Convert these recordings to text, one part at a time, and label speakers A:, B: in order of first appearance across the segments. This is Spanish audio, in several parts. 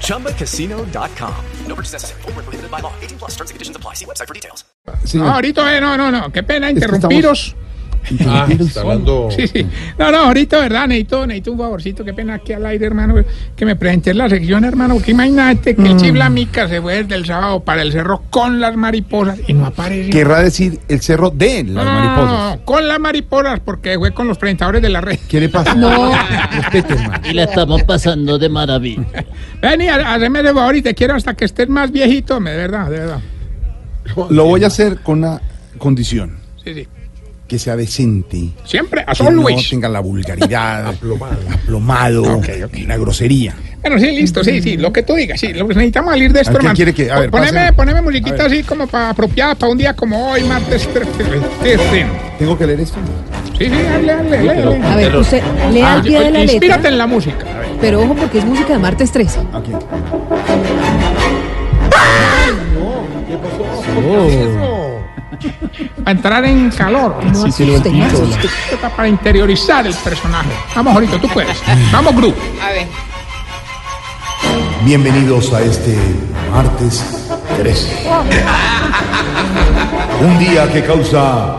A: ChumbaCasino.com. No purchase necessary. Void where prohibited by law. 18 plus terms and conditions apply. See website for details.
B: Señor,
C: No, ahorita, eh, no, no, no, qué pena
B: Mm. que estamos-
C: interrumpiros.
B: Ah, está hablando.
C: Sí, sí. No, no, ahorita, ¿verdad? Necesito, necesito un favorcito, qué pena aquí al aire, hermano, que me presentes la sección, hermano, que imagínate que
B: Mm.
C: el Chiblamica se fue desde el sábado para el cerro con las mariposas y no aparece.
B: Querrá decir el cerro de las
C: No,
B: mariposas.
C: con las mariposas, porque fue con los presentadores de la red.
B: ¿Qué le pasa? No. Respete, hermano.
D: Y la estamos pasando de maravilla.
C: Ven y ha- hazme el favor y te quiero hasta que estés más viejito, me- de verdad, de verdad.
B: Lo voy a hacer con una condición.
C: Sí, sí.
B: Que sea decente.
C: Siempre, a
B: Que
C: Sol
B: no
C: Luis.
B: tenga la vulgaridad. aplomado. Una grosería.
C: Bueno, sí, listo, sí, sí, lo que tú digas, sí, lo que necesitamos salir de esto,
B: ¿A qué
C: hermano.
B: quiere que- a ver,
C: poneme,
B: páseme.
C: poneme
B: A
C: musiquita
B: ver.
C: así como para apropiada para un día como hoy, martes 13.
B: ¿Tengo que leer esto?
C: Sí, sí, dale, dale, dale.
E: A ver, usted
D: Ah,
E: lea al pie de la
C: Ah, Inspírate
E: letra,
C: en la música.
E: pero ojo porque es música de martes 13.
B: Aquí.
C: Para entrar en calor.
E: No asuste, no asuste.
C: Para interiorizar el personaje. Vamos, ahorita, tú puedes. Vamos, grupo.
B: Bienvenidos a este martes 13. Un día que causa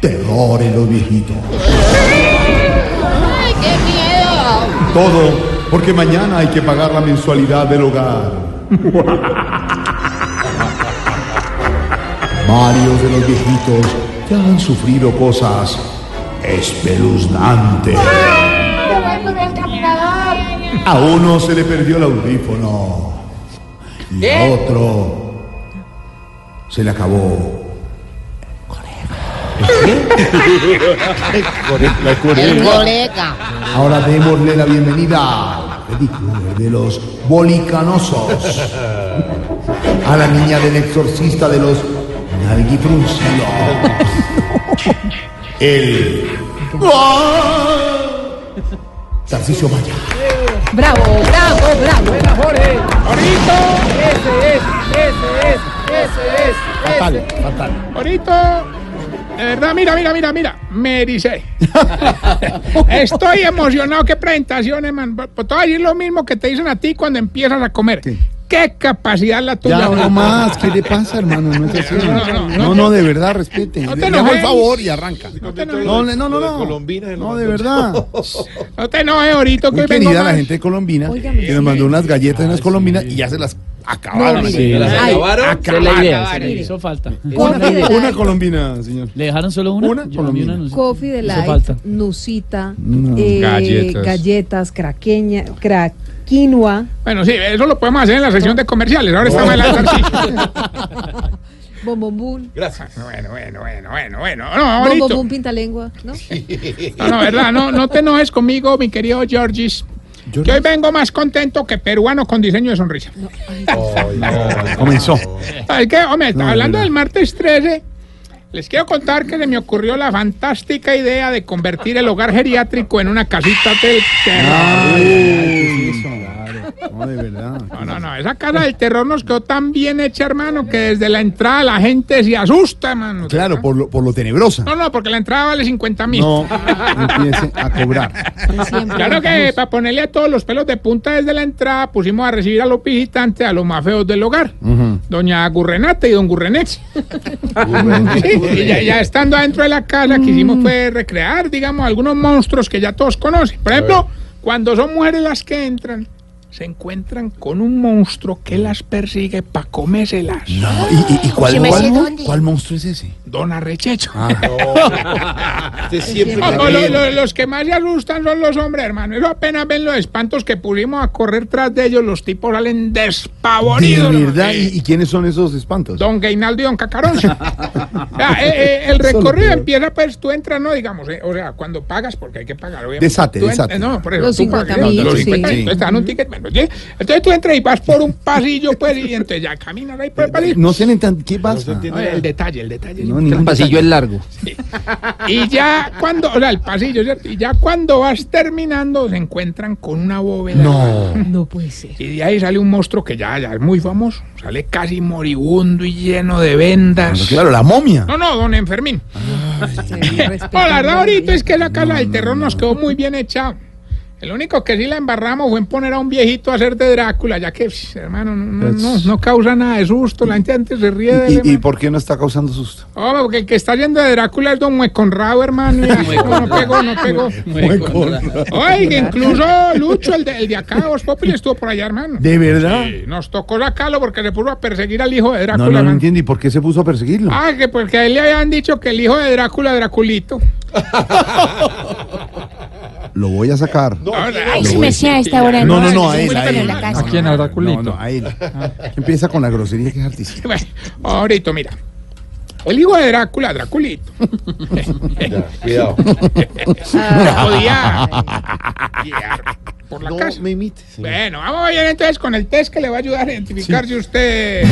B: terror en los viejitos.
F: ¡Ay, qué miedo!
B: Todo porque mañana hay que pagar la mensualidad del hogar. Varios de los viejitos ya han sufrido cosas espeluznantes. A uno se le perdió el audífono y a otro se le acabó.
F: El colega.
B: Ahora démosle la bienvenida al ridículo de los bolicanosos. A la niña del exorcista de los nalguifruncidos. El... Tarcisio Maya.
E: Bravo, bravo, bravo.
B: Fatal, fatal.
C: Ahorita, de verdad, mira, mira, mira, mira, me ericé. Estoy emocionado, qué presentación, hermano. Pues te voy a decir lo mismo que te dicen a ti cuando empiezas a comer. Qué capacidad la tuya.
B: Ya no más, ¿qué le pasa, hermano? No es así.
C: No, no, no, no.
B: No, no, de verdad, respete.
C: No te
B: Le hago
C: enojes.
B: el favor y arranca.
C: No
B: No,
C: te enojes.
B: no, no, no. No, de verdad.
C: No te enojes, ahorita que
B: Muy
C: hoy vengo
B: querida la
C: más.
B: gente de Colombina
E: Óigame,
B: que nos mandó unas galletas, unas colombinas y ya se las acabaron.
E: mire.
B: Sí, las-
E: Ay,
B: acabaron.
E: mire,
D: Hizo falta.
E: Coffee de
B: Una,
E: light,
B: colombina, señor.
D: ¿Le dejaron solo una?
B: Una
D: Yo vi
B: colombiana.
D: no sé.
E: coffee de
D: Hizo
E: light,
D: falta.
E: nusita, eh,
B: Galletas.
E: galletas, craqueña, cra- quinoa,
C: Bueno, sí, eso lo podemos hacer en la sección de comerciales. Ahora estamos en la
E: bombombún,
C: Bueno, bueno, bueno, bueno, bueno. No, ahorita.
E: bombombún pintalengua, ¿no?
C: No, no, verdad, no, no te enojes conmigo, mi querido Georgis. Que hoy vengo más contento que peruano con diseño de sonrisa.
B: Comenzó.
C: Es que, hombre,
B: No,
C: hablando
B: no.
C: del martes 13, les quiero contar que se me ocurrió la fantástica idea de convertir el hogar geriátrico en una casita del terror.
B: No, de verdad.
C: No, no, no, esa casa del terror nos quedó tan bien hecha, hermano, que desde la entrada la gente se asusta, hermano.
B: Claro, por lo, por lo tenebrosa.
C: No, no, porque la entrada vale 50 mil.
B: No empiece a cobrar.
E: Siempre
C: Claro que
E: vamos.
C: para ponerle a todos los pelos de punta desde la entrada, pusimos a recibir a los visitantes a los más feos del hogar.
B: Mm.
C: Doña Gurrenate y don Gurrenex. y ya, ya estando adentro de la casa, quisimos pues, recrear, digamos, algunos monstruos que ya todos conocen. Por ejemplo, cuando son mujeres las que entran, se encuentran con un monstruo que las persigue para comérselas.
B: No, ¿Y, y- y cuál,
F: Si me sé
B: cuál-
F: dónde.
B: cuál monstruo es ese?
C: Don Arrechecho.
B: Ah,
E: siempre
C: Ah, lo- lo- los que más se asustan son los hombres, hermano. Eso apenas ven los espantos que pusimos a correr tras de ellos, los tipos salen despavoridos.
B: De
C: hermano.
B: verdad. ¿Y, y quiénes son esos espantos?
C: Don Gainaldo y Don Cacarón. Ah, eh, eh, el
B: Solo
C: recorrido
B: peor.
C: empieza, pues tú entras, no digamos, eh, o sea, cuando pagas, porque hay que pagar, obviamente.
B: Desate,
C: Tú en-
B: desate.
C: No, por eso,
E: Los
C: tú
E: 50
C: pagas,
E: mil,
C: los
E: sí.
C: 50, entonces te dan un ticket menos, ¿sí? Entonces tú entras y vas por un pasillo, pues, y entonces ya caminas ahí por el pasillo.
B: Eh, No se le entiende. ¿Qué pasa?
C: No, el detalle, el detalle.
B: No, ningún detalle.
G: es largo.
C: Y ya cuando, o sea, el pasillo, ¿cierto? Y ya cuando vas terminando, se encuentran con una bóveda.
B: No.
E: No puede ser.
C: Y de ahí sale un monstruo que ya, ya es muy famoso. Sale casi moribundo y lleno de vendas.
B: Claro, la momia.
C: No, no, don Enfermín. No, la verdad ahorita es que la casa del terror nos quedó muy bien hecha. El único que sí la embarramos fue en poner a un viejito a hacer de Drácula, ya que, psh, hermano, no, no- no- no causa nada de susto. La gente antes se ríe de él,
B: Pues- ¿Y, y
C: hermano.
B: por qué no está causando susto?
C: Oh, porque el que está yendo de Drácula es don Mueconrado, hermano. y así, no, no pegó, no pegó. Oiga, incluso Lucho, el de, el de acá, Os Populi, estuvo por allá, hermano.
B: ¿De verdad?
C: Sí, nos tocó sacarlo porque le puso a perseguir al hijo de
B: No,
C: Drácula.
B: no, no
C: hermano.
B: entiendo. ¿Y por qué se puso a perseguirlo?
C: Ah, que porque a él le habían dicho que el hijo de Drácula, Draculito.
B: Lo voy a sacar.
C: Ahora,
F: Ay, si me sea a esta hora.
B: No, no, no, a
F: Ay,
B: él, a
F: disculpen en
B: él.
F: la casa.
G: quién, a Draculito?
B: No, no, a él. Ah. Empieza con la grosería que es artística.
C: Bueno, ahorita, mira. El hijo de Drácula, Draculito.
H: Cuidado.
C: Podía guiar por la casa.
B: imites.
C: Bueno, vamos a ir entonces con el test que le va a ayudar a identificar si usted.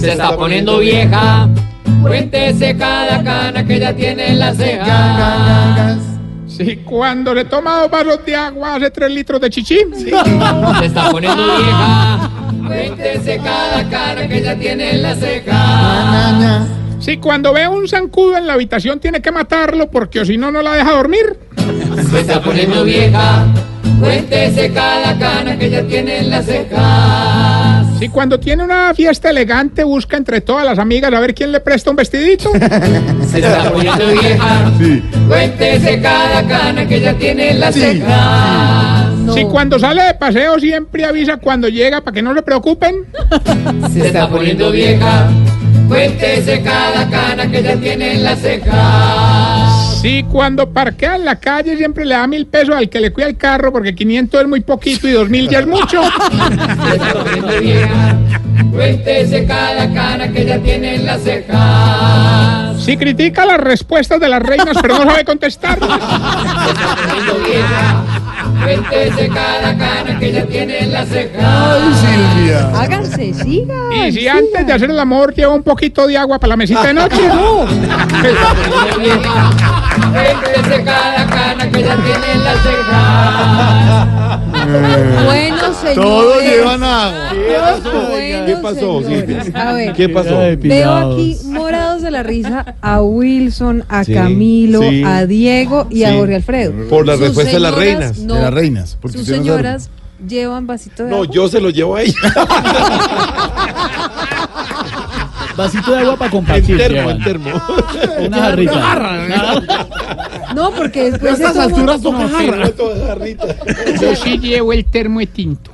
I: Se está poniendo vieja. Cuéntese cada cana que ya tiene en la ceja.
C: Si cuando le toma dos vasos de agua hace tres litros de chichín.
I: Se está poniendo vieja. Cuéntese cada cana que ya tiene en la ceja.
C: Si cuando ve un zancudo en la habitación tiene que matarlo porque o si no, no la deja dormir.
I: Se está poniendo vieja. Cuéntese cada cana que ya tiene en las cejas.
C: Si cuando tiene una fiesta elegante busca entre todas las amigas a ver quién le presta un vestidito.
I: Se está poniendo vieja.
B: Sí.
I: Cuéntese cada cana que ya tiene en las cejas.
C: Si cuando sale de paseo siempre avisa cuando llega para que no se preocupen.
I: Se está poniendo vieja. Cuéntese cada cana que ya tiene en las cejas.
C: Si cuando parquea en la calle siempre le da mil pesos al que le cuida el carro porque 500 es muy poquito y 2000 ya es mucho.
I: Se está poniendo vieja. Cuéntese cada cana que ya tiene en las cejas.
C: Si critica las respuestas de las reinas pero no sabe contestar.
I: Poniendo vieja. Cuéntese cada cana que ya tiene en las cejas.
B: Silvia.
E: Háganse, sigan.
C: Y si antes de hacer el amor lleva un poquito de agua para la mesita de noche.
I: Poniendo vieja. Cuéntese cada cana que ya tiene en las cejas.
E: Bueno, señores.
B: Todos llevan agua.
E: Bueno,
H: ¿Qué pasó,
E: señores.
H: Silvia?
E: A ver.
H: ¿Qué pasó?
E: Veo aquí morados de la risa a Wilson, a Camilo,
H: sí.
E: a Diego y a
H: Sí.
E: Jorge Alfredo.
H: Por la
E: Sus
H: respuesta de las
E: señoras,
H: reinas.
E: No,
B: De las reinas. porque
E: sus
B: ustedes no saben.
E: señoras llevan vasito de
H: No,
E: agua.
H: yo se lo llevo a ella.
D: Vasito de agua para
H: En
D: compartir.
H: termo,
D: llevan.
H: en termo.
D: Una jarrita.
E: No, porque después se toman-
H: No, pero esto es jarrita.
C: Yo sí llevo el termo de tinto.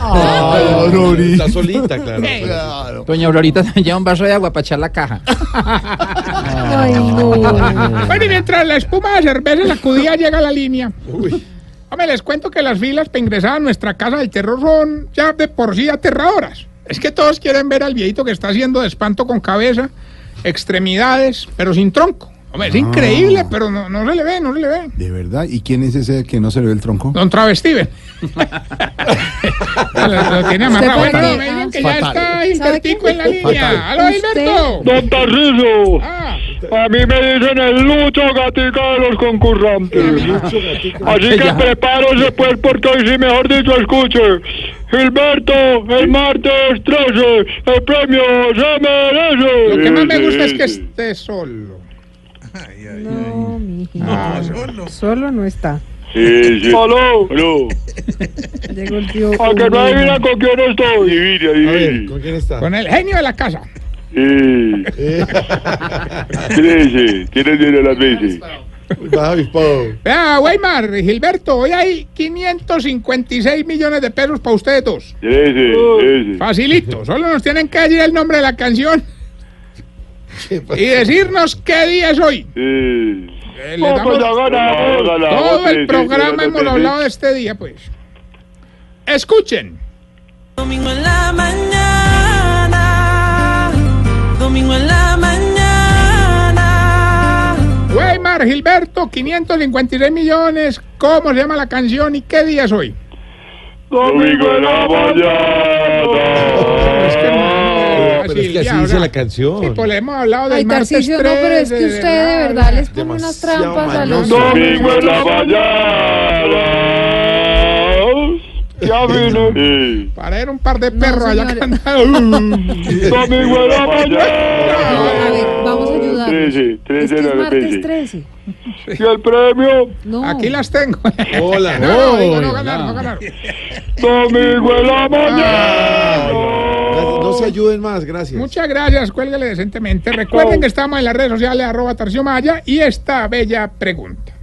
B: Ah, Rory.
H: Está solita, claro.
B: Claro.
G: Doña Aurorita también lleva un vaso de agua para echar la caja.
E: Ay, no.
C: Bueno, y mientras la espuma de cerveza en la acudía llega a la línea.
H: Uy.
C: Hombre, les cuento que las filas para ingresar a nuestra casa del terror son ya de por sí aterradoras. Es que todos quieren ver al viejito que está haciendo de espanto con cabeza, extremidades, pero sin tronco. Hombre, es increíble, pero no, no se le ve, no se le ve.
B: ¿De verdad? ¿Y quién es ese que no se le ve el tronco?
C: Don Travestiven. lo, lo tiene amarrado.
E: Usted
C: Bueno,
E: perdió.
C: me dicen que ya
B: Fatal.
C: está
E: ¿Sabe qué?
C: Gilbertico en la
B: Fatal.
C: línea. ¡Aló, Gilberto!
J: Don Tarciso,
C: Ah,
J: a mí me dicen el lucho gatica de los concursantes. Así que prepárese pues porque hoy sí, mejor dicho, escuche. Gilberto, el martes 13, el premio se merece.
C: lo que más me gusta es que esté solo.
E: No, mijito. Solo no está.
J: Sí, sí. Aló, aló.
E: Llegó el tío.
J: A que no
E: Uribe.
J: adivina con quién estoy. Divide,
H: A ver, ¿con quién está?
C: Con el genio de la casa.
J: Sí. Trece, tiene dinero las veces.
H: Baja Bispado.
C: Vea, Weimar, Gilberto, hoy hay 556 millones de pesos para ustedes dos.
J: Trece, trece.
C: Facilito, solo nos tienen que decir el nombre de la canción
H: pues.
C: y decirnos qué día es hoy.
J: Sí.
C: Eh, les
H: pues,
C: damos
J: eh?
C: todo el programa hemos hablado de este día, pues. Escuchen.
I: Domingo en la mañana. Domingo en la mañana.
C: Oscar Gilberto, 556 millones. ¿Cómo se llama la canción y qué día es hoy?
J: Domingo de la mañana.
C: Es que
H: Pero es
C: no,
H: que así
C: Silvia,
H: dice
C: ahora-
H: la canción.
C: Sí, pues le hemos hablado del
E: Ay,
C: martes eh,
E: Tarcisio, no,
C: 13,
E: pero es que
C: de-
E: usted de verdad les pone unas
H: demasiado
E: trampas a los...
H: mañoso.
J: Domingo en la mañana. Ya vine.
C: Para era un par de perros allá uh,
E: señor.
C: cantando.
J: Domingo en la mañana.
E: A ver, vamos a ayudar. Es
J: Trece,
E: que
J: trece,
E: es
J: nueve,
E: martes
J: trece.
E: 13.
J: Y el premio,
E: No.
C: Aquí las tengo.
H: Hola.
C: No, no, digo, no
H: Hola.
C: ganaron, no ganaron.
J: domingo en la mañana.
H: No se ayuden más, gracias.
C: Muchas gracias, cuélguele decentemente. Recuerden que estamos en las redes sociales, arroba Tarcio Maya, y esta bella pregunta.